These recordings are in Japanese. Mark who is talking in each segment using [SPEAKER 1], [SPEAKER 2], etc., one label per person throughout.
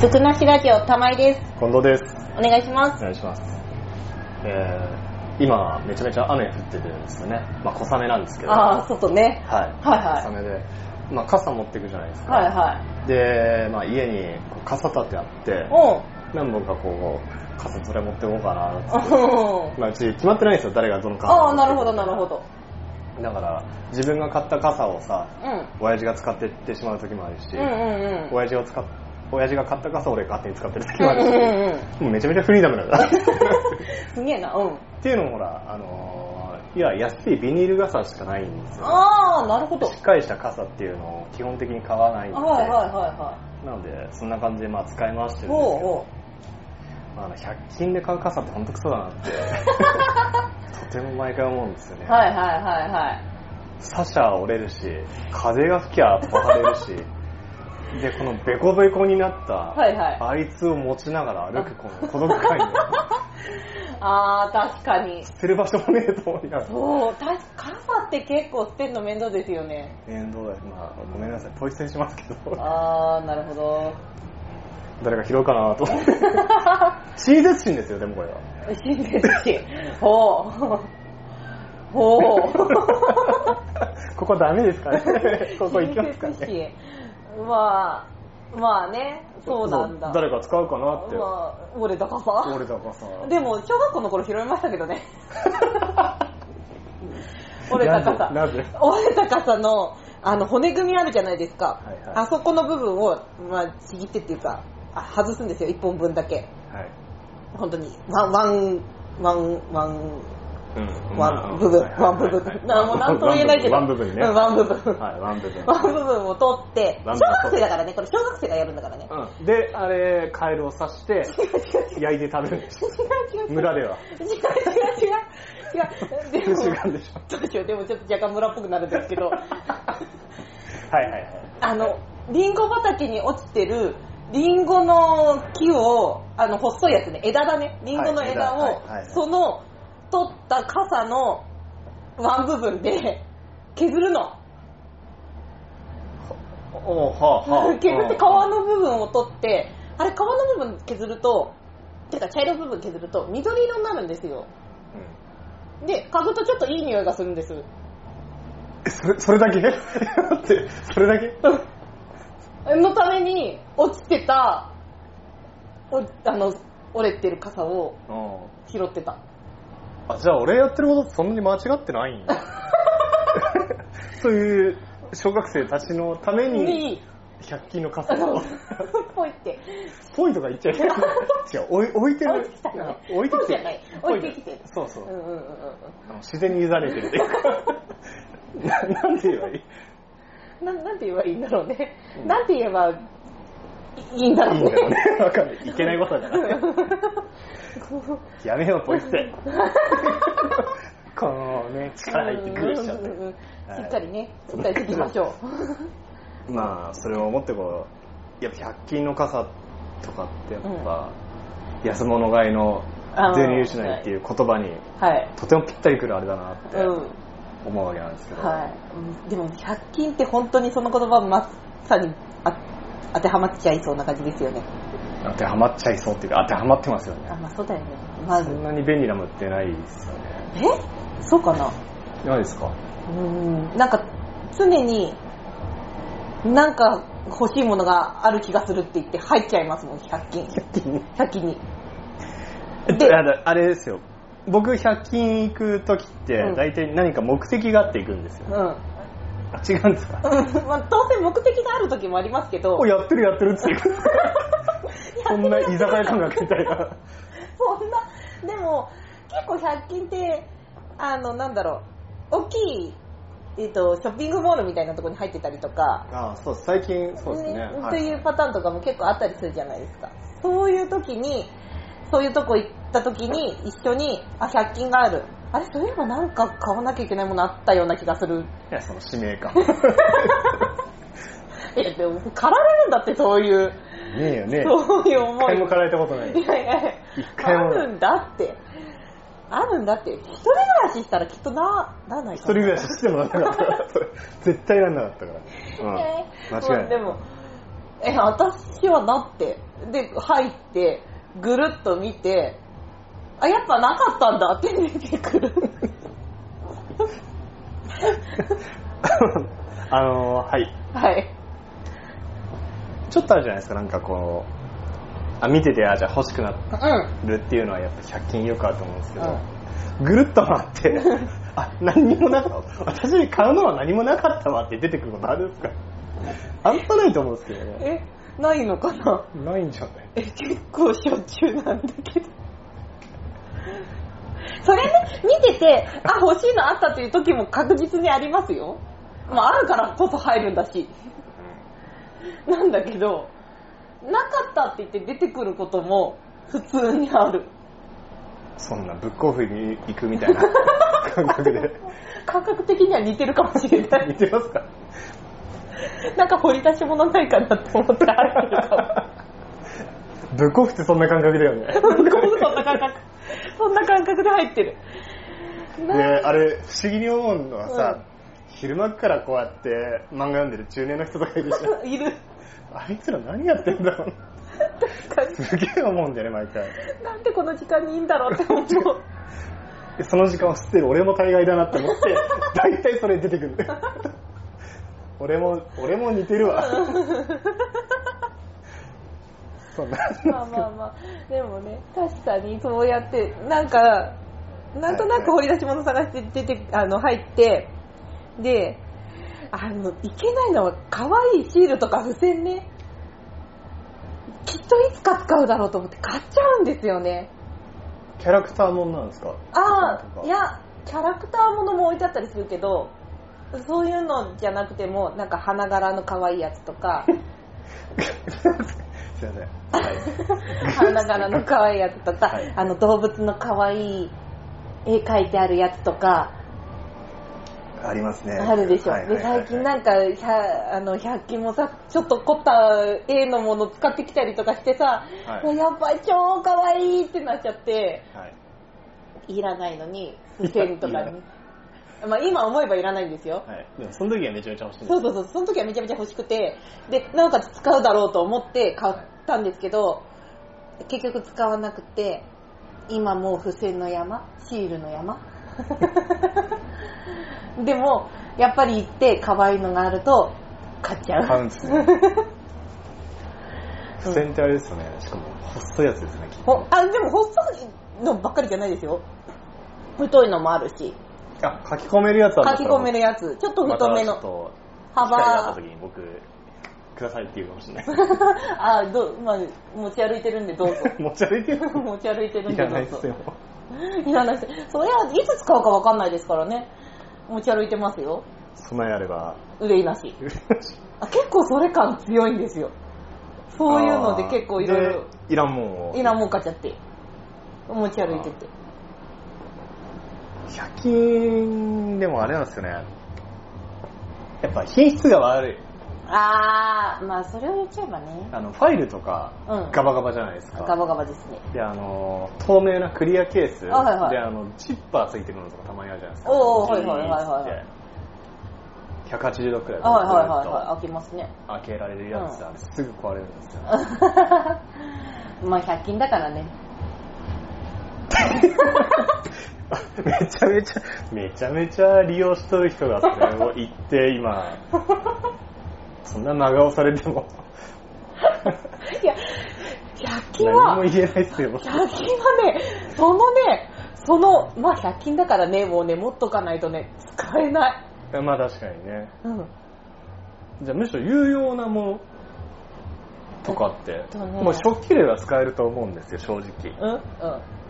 [SPEAKER 1] ずくなしラジオ、玉井です。
[SPEAKER 2] 近藤です。
[SPEAKER 1] お願いしま
[SPEAKER 2] お
[SPEAKER 1] す。
[SPEAKER 2] 願いします。えー、今、めちゃめちゃ雨降っててですね、まあ、小雨なんですけど、はい。
[SPEAKER 1] ああ、外ね。はいはい
[SPEAKER 2] 小雨で、まあ、傘持ってくじゃないですか。
[SPEAKER 1] はいはい。
[SPEAKER 2] で、まあ、家にこう傘立てあって、
[SPEAKER 1] お
[SPEAKER 2] 何本かこう、傘それ持ってこうかなって。
[SPEAKER 1] うん。
[SPEAKER 2] まあ、うち決まってないんですよ、誰がどの傘
[SPEAKER 1] ああ、なるほどなるほ
[SPEAKER 2] ど。
[SPEAKER 1] ど。
[SPEAKER 2] だから、自分が買った傘をさ、
[SPEAKER 1] うん。
[SPEAKER 2] 親父が使ってってしまう時もあるし、
[SPEAKER 1] うんうんうん。
[SPEAKER 2] 親父を使っ親父が買った傘を俺が勝手に使ってる
[SPEAKER 1] う
[SPEAKER 2] 時
[SPEAKER 1] ん
[SPEAKER 2] もあるし、
[SPEAKER 1] うんうん。
[SPEAKER 2] もうめちゃめちゃフリーダムだから。
[SPEAKER 1] すげえな、うん。
[SPEAKER 2] っていうのもほら、あのーいや、安いビニール傘しかないんですよ。
[SPEAKER 1] ああ、なるほど。
[SPEAKER 2] しっかりした傘っていうのを基本的に買わないんで、
[SPEAKER 1] はいはいは
[SPEAKER 2] なので、そんな感じでまあ使い回して
[SPEAKER 1] いはい。おう
[SPEAKER 2] るんですけど、
[SPEAKER 1] おう。
[SPEAKER 2] まああの100均で買う傘ってほんとクソだな って、とても毎回思うんですよね。
[SPEAKER 1] はいはいはいはい。
[SPEAKER 2] サシャ折れるし、風が吹きゃバれるし、で、このベコベコになった、
[SPEAKER 1] はいはい
[SPEAKER 2] あいつを持ちながら歩くこの孤独感に、
[SPEAKER 1] ああ、確かに。
[SPEAKER 2] 捨てる場所もねえと思いながら。
[SPEAKER 1] そう、確か傘って結構捨てるの面倒ですよね。
[SPEAKER 2] 面倒だよ。まあ、ごめんなさい。ポイ捨てにしますけど。
[SPEAKER 1] ああ、なるほど。
[SPEAKER 2] 誰か拾うかな と思って。親切心ですよ、でもこれは。
[SPEAKER 1] 美味しいですし。ほう。ほう。
[SPEAKER 2] ここダメですか ねここ行きますか
[SPEAKER 1] 親
[SPEAKER 2] ね
[SPEAKER 1] 切心まあ、まあね、そうなんだ。
[SPEAKER 2] 誰か使うかなって。
[SPEAKER 1] まあ、俺だかさ。
[SPEAKER 2] 俺だからさ。
[SPEAKER 1] でも、小学校の頃拾いましたけど ね。折れた傘。
[SPEAKER 2] なぜなぜ
[SPEAKER 1] 折れた傘の、あの、骨組みあるじゃないですか。
[SPEAKER 2] はいはい
[SPEAKER 1] あそこの部分を、まあ、ちぎってっていうか、あ外すんですよ、一本分だけ。
[SPEAKER 2] はい。
[SPEAKER 1] 本当に、ワン、ワン、ワン、ワン、
[SPEAKER 2] うん
[SPEAKER 1] ワン部分、ワン部分。なんもなんとも言えないけど。
[SPEAKER 2] ワン部分ね。
[SPEAKER 1] うんワン部分。
[SPEAKER 2] はい、ワン部分。
[SPEAKER 1] ワン部分を取って、
[SPEAKER 2] ワ
[SPEAKER 1] 小
[SPEAKER 2] ン部分
[SPEAKER 1] 学生だからね、これ小学生がやるんだからね。
[SPEAKER 2] うんで、あれ、カエルを刺 して、焼いて食べる。
[SPEAKER 1] 違う違う違う。
[SPEAKER 2] 村では。
[SPEAKER 1] 違う違う違う。違う。で
[SPEAKER 2] 不習
[SPEAKER 1] も、
[SPEAKER 2] 慣でしょ。
[SPEAKER 1] どうしよう、でもちょっと若干村っぽくなるんですけど、
[SPEAKER 2] はいはいはい。
[SPEAKER 1] あの、リンゴ畑に落ちてる、リンゴの木を、あの、細いやつね、枝だね。リンゴの枝
[SPEAKER 2] はい
[SPEAKER 1] を
[SPEAKER 2] 枝はいはい、
[SPEAKER 1] その、取った傘のワン部分で削るの。
[SPEAKER 2] おうはあ はあ。
[SPEAKER 1] 削って皮の部分を取って、あれ皮の部分削ると、てか茶色い部分削ると緑色になるんですよ。
[SPEAKER 2] うん
[SPEAKER 1] で、嗅ぐとちょっといい匂いがするんです。
[SPEAKER 2] えそれ、それだけ 待って、それだけ
[SPEAKER 1] のために落ちてた、おあの、折れてる傘を
[SPEAKER 2] うん。
[SPEAKER 1] 拾ってた。
[SPEAKER 2] あ、じゃあ俺やってることそんなに間違ってないんだ。 そういう小学生たちのために、
[SPEAKER 1] に、
[SPEAKER 2] 100均の
[SPEAKER 1] あ
[SPEAKER 2] 傘
[SPEAKER 1] の
[SPEAKER 2] を、、
[SPEAKER 1] ポイって。
[SPEAKER 2] ぽいとか言っちゃいけ ない。違う、置い置いてる。
[SPEAKER 1] 置いてきたのね
[SPEAKER 2] 置いてきて
[SPEAKER 1] そうじゃない置いてきてる
[SPEAKER 2] そうそうう。
[SPEAKER 1] んうんうん
[SPEAKER 2] あの自然に委ねてるっていう か。ななんて言えばいい
[SPEAKER 1] うん。ななんて言えばいいんだろうね。なんて言えばいいいんだろ
[SPEAKER 2] いういんだろう
[SPEAKER 1] ね。
[SPEAKER 2] ね。わかんない。いけないことだから。 やめよう、ポイ捨て。このね、力入ってグーしちゃっ
[SPEAKER 1] うんうんうん
[SPEAKER 2] て。
[SPEAKER 1] しっかりね、しっかりしていきまし ょ
[SPEAKER 2] まあそれを思ってこうやっぱ100均の傘とかってやっぱ、安物買いの
[SPEAKER 1] あー
[SPEAKER 2] 税入しないっていう言葉に
[SPEAKER 1] う。はい。
[SPEAKER 2] とてもぴったりくるあれだなって
[SPEAKER 1] うん。
[SPEAKER 2] 思うわけなんですけど、
[SPEAKER 1] はいうん。でも、100均って本当にその言葉まさにあ当てはまっちゃいそうな感じですよね。
[SPEAKER 2] 当てはまっちゃいそうっていうか当てはまってますよ
[SPEAKER 1] あ、
[SPEAKER 2] ね
[SPEAKER 1] まあそうだよね。ま
[SPEAKER 2] そ
[SPEAKER 1] ず
[SPEAKER 2] ん。なに便利なものってないですよね
[SPEAKER 1] えそうかな
[SPEAKER 2] ないですか
[SPEAKER 1] うん。なんか、常に、なんか欲しいものがある気がするって言って入っちゃいますもん、100均。100均に。で
[SPEAKER 2] あのあれですよ僕100均行く時って
[SPEAKER 1] うん
[SPEAKER 2] 大体何か目的があって行くんです
[SPEAKER 1] うん。
[SPEAKER 2] よ、
[SPEAKER 1] うん。
[SPEAKER 2] あ違うんですか
[SPEAKER 1] まあ当然目的がある時もありますけど
[SPEAKER 2] お、やってるやってるっていう そんな居酒屋感覚みたいな
[SPEAKER 1] そんな、でも、結構100均って、あの、なんだろう、大きい、えっと、ショッピングモールみたいなところに入ってたりとか、
[SPEAKER 2] ああそうです最近そうですね
[SPEAKER 1] ね
[SPEAKER 2] は
[SPEAKER 1] というパターンとかも結構あったりするじゃないですか。そういう時に、そういうとこ行った時に一緒に、あ、100均がある。あれ、そういえばなんか買わなきゃいけないものあったような気がする。
[SPEAKER 2] いやその使命 感
[SPEAKER 1] え、でも、駆られるんだって、そういう、
[SPEAKER 2] ねえよね
[SPEAKER 1] そういう
[SPEAKER 2] 一
[SPEAKER 1] 思い
[SPEAKER 2] 回も。かられたことない
[SPEAKER 1] いやいやいや
[SPEAKER 2] 一
[SPEAKER 1] あ
[SPEAKER 2] 回も
[SPEAKER 1] るんだって。あるんだって。一人暮らししたらきっとな、ならない
[SPEAKER 2] 一人暮らししてもなんなかったから絶対なんなかったから、うん
[SPEAKER 1] ね、
[SPEAKER 2] 間違い
[SPEAKER 1] まあで
[SPEAKER 2] ない
[SPEAKER 1] も、え、私はだって、で、入って、ぐるっと見て、あ、やっぱなかったんだって出てく る。
[SPEAKER 2] あのーはい。
[SPEAKER 1] はい。
[SPEAKER 2] ちょっとあるじゃないですか、なんかこう、あ、見てて、あ、じゃあ欲しくな
[SPEAKER 1] うん。
[SPEAKER 2] るっていうのはやっぱ100均よくあると思うんですけど、
[SPEAKER 1] う
[SPEAKER 2] ぐるっと 回って、あ、何にもなかった。私に買うのは何もなかったわって出てくることあるん ですかあんまないと思うんですけどね。
[SPEAKER 1] え、ないのかな
[SPEAKER 2] ないんじゃない
[SPEAKER 1] え、結構しょっちゅうなんだけど。それね、見てて、あ、欲しいのあったという時も確実にありますよ。まあ、あるからこそ入るんだし。なんだけど、なかったって言って出てくることも普通にある。
[SPEAKER 2] そんなブックオフに行くみたい な感覚で。
[SPEAKER 1] 感覚的には似てるかもしれない。
[SPEAKER 2] 似てますか
[SPEAKER 1] なんか掘り出し物ないかなと思って入ってるか
[SPEAKER 2] ブックオフってそんな感覚だよね。
[SPEAKER 1] も。そんな感覚。そんな感覚で入ってる。
[SPEAKER 2] ねあれ、不思議に思うのはさ、昼間っからこうやって漫画読んでる中年の人とかいるじゃん。
[SPEAKER 1] いる。
[SPEAKER 2] あいつら何やってんだろう
[SPEAKER 1] 確かに。
[SPEAKER 2] すげえ思うんだよね、毎回。
[SPEAKER 1] なんでこの時間にいいんだろうって思 う。
[SPEAKER 2] でその時間を吸ってる俺も大概だなって思 って、大体それ出てくる。俺も、俺も似てるわ。そんな。
[SPEAKER 1] まあまあまあ。でもね、確かにそうやって、なんか、なんとなく掘り出し物探して出て、あの、入って、で、あの、いけないのは、可愛いシールとか付箋ね。きっといつか使うだろうと思って買っちゃうんですよね。
[SPEAKER 2] キャラクターもんなんですか
[SPEAKER 1] あ
[SPEAKER 2] と
[SPEAKER 1] あ、
[SPEAKER 2] か
[SPEAKER 1] いや、キャラクターものも置いてあったりするけど、そういうのじゃなくても、なんか花柄の可愛いやつとか、
[SPEAKER 2] すいません。はい。
[SPEAKER 1] 花柄の可愛いやつとか、
[SPEAKER 2] はい
[SPEAKER 1] あの動物の可愛い絵描いてあるやつとか
[SPEAKER 2] ありますね。
[SPEAKER 1] あるでしょ、
[SPEAKER 2] はいはいはいはい
[SPEAKER 1] で最近なんか100あの100均もさちょっと凝った絵のもの使ってきたりとかしてさ、
[SPEAKER 2] はい
[SPEAKER 1] やっぱり超可愛いってなっちゃって
[SPEAKER 2] はい
[SPEAKER 1] いらないの に付箋と
[SPEAKER 2] いら
[SPEAKER 1] か
[SPEAKER 2] ない
[SPEAKER 1] に、まあ、今思えばいらないんですよ、
[SPEAKER 2] はい。でも、その時はめちゃめちゃ欲しいんです
[SPEAKER 1] そうそうそう、その時はめちゃめちゃ欲しくて、で、なおかつ使うだろうと思って買ったんですけど、結局使わなくて、今もう付箋の山、シールの山。 でも、やっぱり行って可愛いのがあると買っちゃう。
[SPEAKER 2] 買う んですね。付箋ってあれですよね。しかも、細いやつですね、きっ
[SPEAKER 1] ほ
[SPEAKER 2] と。
[SPEAKER 1] あ、でも細いのばっかりじゃないですよ。太いのもあるし、
[SPEAKER 2] あ、書き込めるやつ
[SPEAKER 1] 書
[SPEAKER 2] は
[SPEAKER 1] き込めるやつ、ちょっと
[SPEAKER 2] また
[SPEAKER 1] 太め
[SPEAKER 2] ちょっ
[SPEAKER 1] の
[SPEAKER 2] と機会があった
[SPEAKER 1] 幅
[SPEAKER 2] 時。に僕、くださいって言うかも しれない。
[SPEAKER 1] あ、どう、まあ、持ち歩いてるんでどうぞ。
[SPEAKER 2] 持ち歩いてる
[SPEAKER 1] 持ち歩いてるん
[SPEAKER 2] い
[SPEAKER 1] で
[SPEAKER 2] ら
[SPEAKER 1] ど
[SPEAKER 2] ないで
[SPEAKER 1] うぞ
[SPEAKER 2] す。よ。
[SPEAKER 1] いらないです。それはいつ使うかわかんないですからね。持ち歩いてますよ。
[SPEAKER 2] 備えあれば。
[SPEAKER 1] 憂いなし。あ結構それ感強いんですよ。そういうので結構いろいろ、
[SPEAKER 2] でいらんもんを。
[SPEAKER 1] いらんもん買っちゃって。持ち歩いてて。
[SPEAKER 2] 100均でもあれなんですよね。やっぱ品質が悪い。
[SPEAKER 1] あー、まあそれを言っちゃえばね。
[SPEAKER 2] あの、ファイルとか
[SPEAKER 1] うん、
[SPEAKER 2] ガバガバじゃないですか。
[SPEAKER 1] ガバガバですね。
[SPEAKER 2] で、あの、透明なクリアケース。
[SPEAKER 1] あはいはい
[SPEAKER 2] で、あの、チッパーついてくるのとかたまにあるじゃないですか。
[SPEAKER 1] おーはいはいはいはい
[SPEAKER 2] ギーッつって180度くらい
[SPEAKER 1] はいはいはい
[SPEAKER 2] ずっと
[SPEAKER 1] はい。開きますね。
[SPEAKER 2] 開けられるやつ、
[SPEAKER 1] うん
[SPEAKER 2] あれすぐ壊れるんですよ。
[SPEAKER 1] まあ100均だからね。
[SPEAKER 2] めちゃめちゃ、めちゃめちゃ利用しとる人が それを言って、今、そんな真顔されても、
[SPEAKER 1] いや、100均は
[SPEAKER 2] 何も、言えないっすよ。
[SPEAKER 1] 100均はね、そのね、その、まあ100均だからね、もうね、持っとかないとね、使えない。
[SPEAKER 2] まあ確かにね。
[SPEAKER 1] うん。
[SPEAKER 2] じゃあむしろ有用なものとかって、
[SPEAKER 1] とね
[SPEAKER 2] もう食器類は使えると思うんですよ、正直。
[SPEAKER 1] うんうん。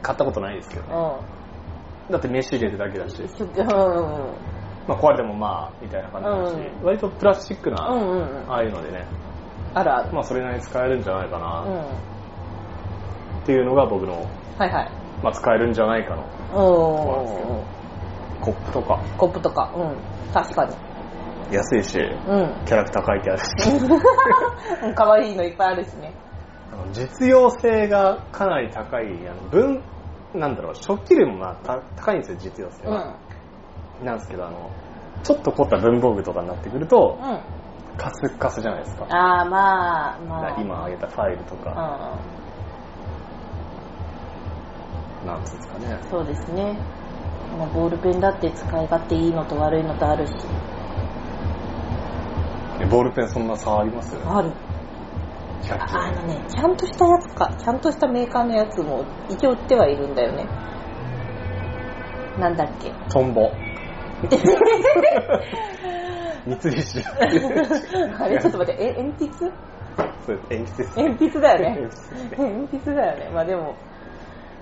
[SPEAKER 2] 買ったことないですけどね。
[SPEAKER 1] う
[SPEAKER 2] だって飯入れるだけだし
[SPEAKER 1] ん。、しゅうん。
[SPEAKER 2] まあ壊れてもまあ、みたいな感じだし、
[SPEAKER 1] う
[SPEAKER 2] 割とプラスチック
[SPEAKER 1] う
[SPEAKER 2] な、
[SPEAKER 1] んうんうん。
[SPEAKER 2] ああいうのでね、
[SPEAKER 1] あるある。
[SPEAKER 2] まあそれなりに使えるんじゃないか
[SPEAKER 1] うん。
[SPEAKER 2] な、っていうのが僕の、
[SPEAKER 1] はいはい。
[SPEAKER 2] まあ使えるんじゃないかのなんですけど
[SPEAKER 1] うん。
[SPEAKER 2] コップとか
[SPEAKER 1] コップとか。うん。確かに。
[SPEAKER 2] 安いし
[SPEAKER 1] うん。
[SPEAKER 2] キャラクター書いてあるし
[SPEAKER 1] うん 可愛いのいっぱいあるしね。
[SPEAKER 2] あの実用性がかなり高いあの分なんだろう食器類もまあた高いんですよ実用性
[SPEAKER 1] うん。う
[SPEAKER 2] は、なんですけどあのちょっと凝った文房具とかになってくると
[SPEAKER 1] ん。
[SPEAKER 2] カスカスじゃないですか。
[SPEAKER 1] ああ、まあ、まあ。
[SPEAKER 2] 今あげたファイルと
[SPEAKER 1] う
[SPEAKER 2] か、
[SPEAKER 1] ん
[SPEAKER 2] なんつうんですかね。
[SPEAKER 1] そうですね。まあ、ボールペンだって使い勝手いいのと悪いのとあるし。
[SPEAKER 2] えボールペンそんな差あります
[SPEAKER 1] ある。
[SPEAKER 2] ?100
[SPEAKER 1] ああの
[SPEAKER 2] 均。
[SPEAKER 1] ね、ちゃんとしたやつか。ちゃんとしたメーカーのやつも一応売ってはいるんだよね。なんだっけ。
[SPEAKER 2] ト ンボ。三 菱。
[SPEAKER 1] あれちょっと待って、え、鉛筆
[SPEAKER 2] そう鉛筆です。
[SPEAKER 1] 鉛筆だよね
[SPEAKER 2] 鉛筆。
[SPEAKER 1] 鉛筆だよね。まあでも、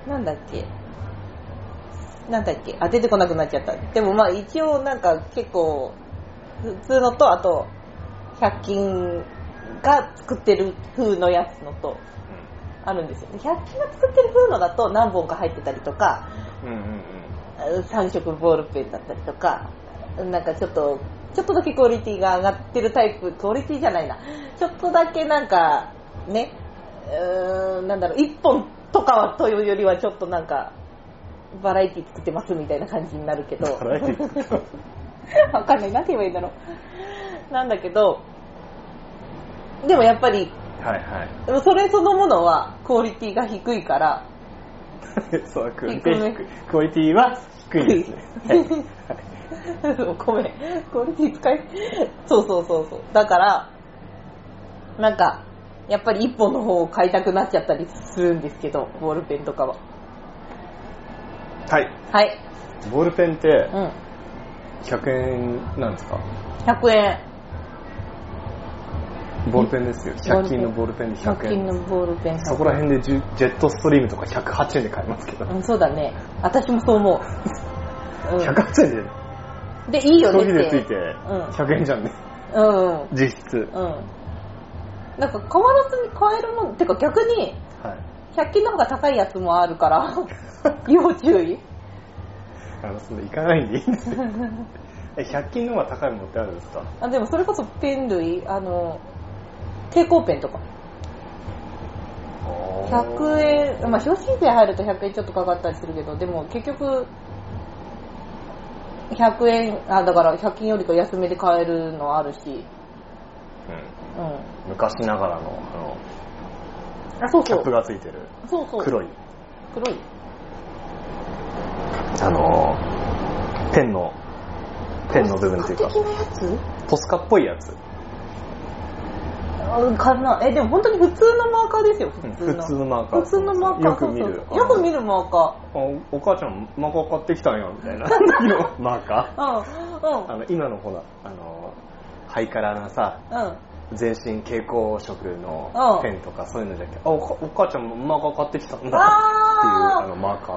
[SPEAKER 1] なんだっけ。なんだっけ。あ、出てこなくなっちゃった。でもまあ一応なんか結構、普通のと、あと、100均が作ってる風のやつのと、あるんですよ。100均が作ってる風のだと何本か入ってたりとか、
[SPEAKER 2] うんうんうん
[SPEAKER 1] 3色ボールペンだったりとか、なんかちょっと、ちょっとだけクオリティが上がってるタイプ、クオリティじゃないな。ちょっとだけなんか、ね、うーん、なんだろう、1本とかはというよりはちょっとなんか、バラエティ作ってますみたいな感じになるけど。
[SPEAKER 2] バラエティ作ってま
[SPEAKER 1] わかんない。何て言えばいいんだろう。なんだけど、でもやっぱり、
[SPEAKER 2] うん。はいはい。
[SPEAKER 1] それそのものはクオリティが低いから、
[SPEAKER 2] そう、クオリテ
[SPEAKER 1] 低め
[SPEAKER 2] ィ低いクオリティは低いですね。 はいはい
[SPEAKER 1] ごめん、クオリティ使い、そうそうそうそう。だから、なんか、やっぱり一本の方を買いたくなっちゃったりするんですけど、ボールペンとかは。
[SPEAKER 2] はい。
[SPEAKER 1] はい、
[SPEAKER 2] ボールペンって
[SPEAKER 1] うん。
[SPEAKER 2] 100円なんですか
[SPEAKER 1] 100円。
[SPEAKER 2] ボールペンですよ。100均のボールペンで
[SPEAKER 1] 100
[SPEAKER 2] 100
[SPEAKER 1] 均
[SPEAKER 2] 円。
[SPEAKER 1] のボールペン。
[SPEAKER 2] そこら辺でジュジェットストリームとか108円で買えますけど、
[SPEAKER 1] うん、そうだね。私もそう思う。う
[SPEAKER 2] 108円で
[SPEAKER 1] ん、で、いいよね
[SPEAKER 2] 消
[SPEAKER 1] って。
[SPEAKER 2] 費税ついて
[SPEAKER 1] うん
[SPEAKER 2] 100円じゃんね、
[SPEAKER 1] うんうん。
[SPEAKER 2] 実質。
[SPEAKER 1] うん。なんか変わらずに買えるもん、てか逆に、
[SPEAKER 2] はい。
[SPEAKER 1] 100均の方が高いやつもある から、要注意。
[SPEAKER 2] あの、その行かないんでいいんで すよ。え、100均の方が高いものってあるんですか
[SPEAKER 1] あでもそれこそペン類あの蛍光ペンとか100円まあ消費税入ると100円ちょっとかかったりするけどでも結局100円あだから100均よりか安めで買えるのあるし
[SPEAKER 2] う
[SPEAKER 1] うん
[SPEAKER 2] ん。昔ながらの、あの、
[SPEAKER 1] あそう
[SPEAKER 2] キ
[SPEAKER 1] そ
[SPEAKER 2] ャップ
[SPEAKER 1] う
[SPEAKER 2] がついてる、
[SPEAKER 1] そうそう
[SPEAKER 2] 黒い、
[SPEAKER 1] 黒い
[SPEAKER 2] あの、ペンの、ペンの部分というか
[SPEAKER 1] ポス、カ的なや
[SPEAKER 2] ポスカっぽいやつ。
[SPEAKER 1] つうんかなえでも本当に普通のマーカーですよ普通の、
[SPEAKER 2] うん普通のマーカー
[SPEAKER 1] 普通のマーカー
[SPEAKER 2] よく見る
[SPEAKER 1] そうそうよく見るマーカ
[SPEAKER 2] あお母ちゃん、マーカー買ってきたんや、み たいな。マーカ
[SPEAKER 1] ーうん
[SPEAKER 2] ーあの、今のほら、あの、ハイカラなさ、
[SPEAKER 1] うんうん
[SPEAKER 2] 全身蛍光色のペンとかそういうのじゃなくて、あ、おかお母ちゃんもマーカー買ってきたんだっていう
[SPEAKER 1] あー
[SPEAKER 2] あのマーカー。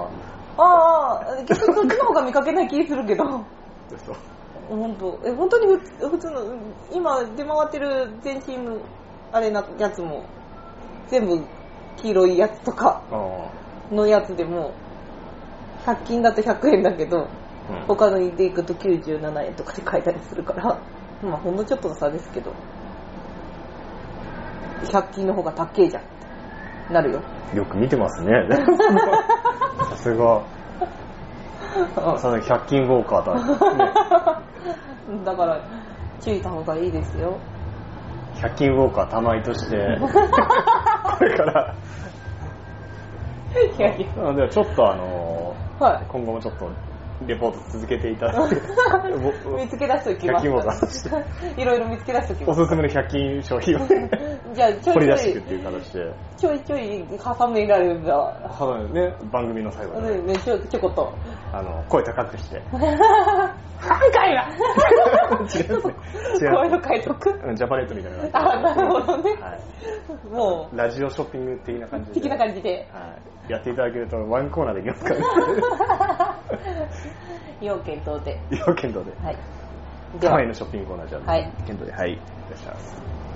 [SPEAKER 1] ああ結局そっちの方が見かけない気するけど
[SPEAKER 2] 嘘
[SPEAKER 1] 本当え本当に普通普通のうん今出回ってる全身のあれなやつも全部黄色いやつとか
[SPEAKER 2] あ
[SPEAKER 1] のやつでも100均だと100円だけど
[SPEAKER 2] ーうん
[SPEAKER 1] 他のにでいくと97円とかで買えたりするからまあほんのちょっとの差ですけど100均の方が高えじゃんってなる よ
[SPEAKER 2] よく見てます ね。さすが。さすが100均ウォー カーだ、ね。
[SPEAKER 1] だから注意した方がいいです よ
[SPEAKER 2] 100均ウォーカー玉井 として、これから、
[SPEAKER 1] いやいや
[SPEAKER 2] なのでちょっとあの、
[SPEAKER 1] はい
[SPEAKER 2] 今後もちょっとレポート続けていただいて、
[SPEAKER 1] 見つけ出しておきます。
[SPEAKER 2] 100均 も
[SPEAKER 1] いろいろ見つけ出しておき
[SPEAKER 2] お
[SPEAKER 1] ます
[SPEAKER 2] すめの100均商品をね
[SPEAKER 1] す。じゃあ、ちょ
[SPEAKER 2] 掘り
[SPEAKER 1] い
[SPEAKER 2] 出してい
[SPEAKER 1] ち
[SPEAKER 2] くっていう形で、
[SPEAKER 1] ょい、ちょいちょい挟められるば、
[SPEAKER 2] 多分ね、番組の最後で、
[SPEAKER 1] ね、ちょちょこっと。
[SPEAKER 2] あの、声高くして、
[SPEAKER 1] 半回 だ
[SPEAKER 2] 違うね違う
[SPEAKER 1] こういうの書いとく
[SPEAKER 2] うんジャパネットみたいな感
[SPEAKER 1] あ、なるほどね
[SPEAKER 2] じで、。はい
[SPEAKER 1] もう、
[SPEAKER 2] ラジオショッピング的な感じで。
[SPEAKER 1] 的な感じで、
[SPEAKER 2] はい。やっていただけるとワンコーナーできますからね。
[SPEAKER 1] 要検討で。
[SPEAKER 2] 要検討で。
[SPEAKER 1] はい。では
[SPEAKER 2] ハワイ、のショッピングコーナーじゃあ、
[SPEAKER 1] はい
[SPEAKER 2] 検討で。はい。いらっしゃいます。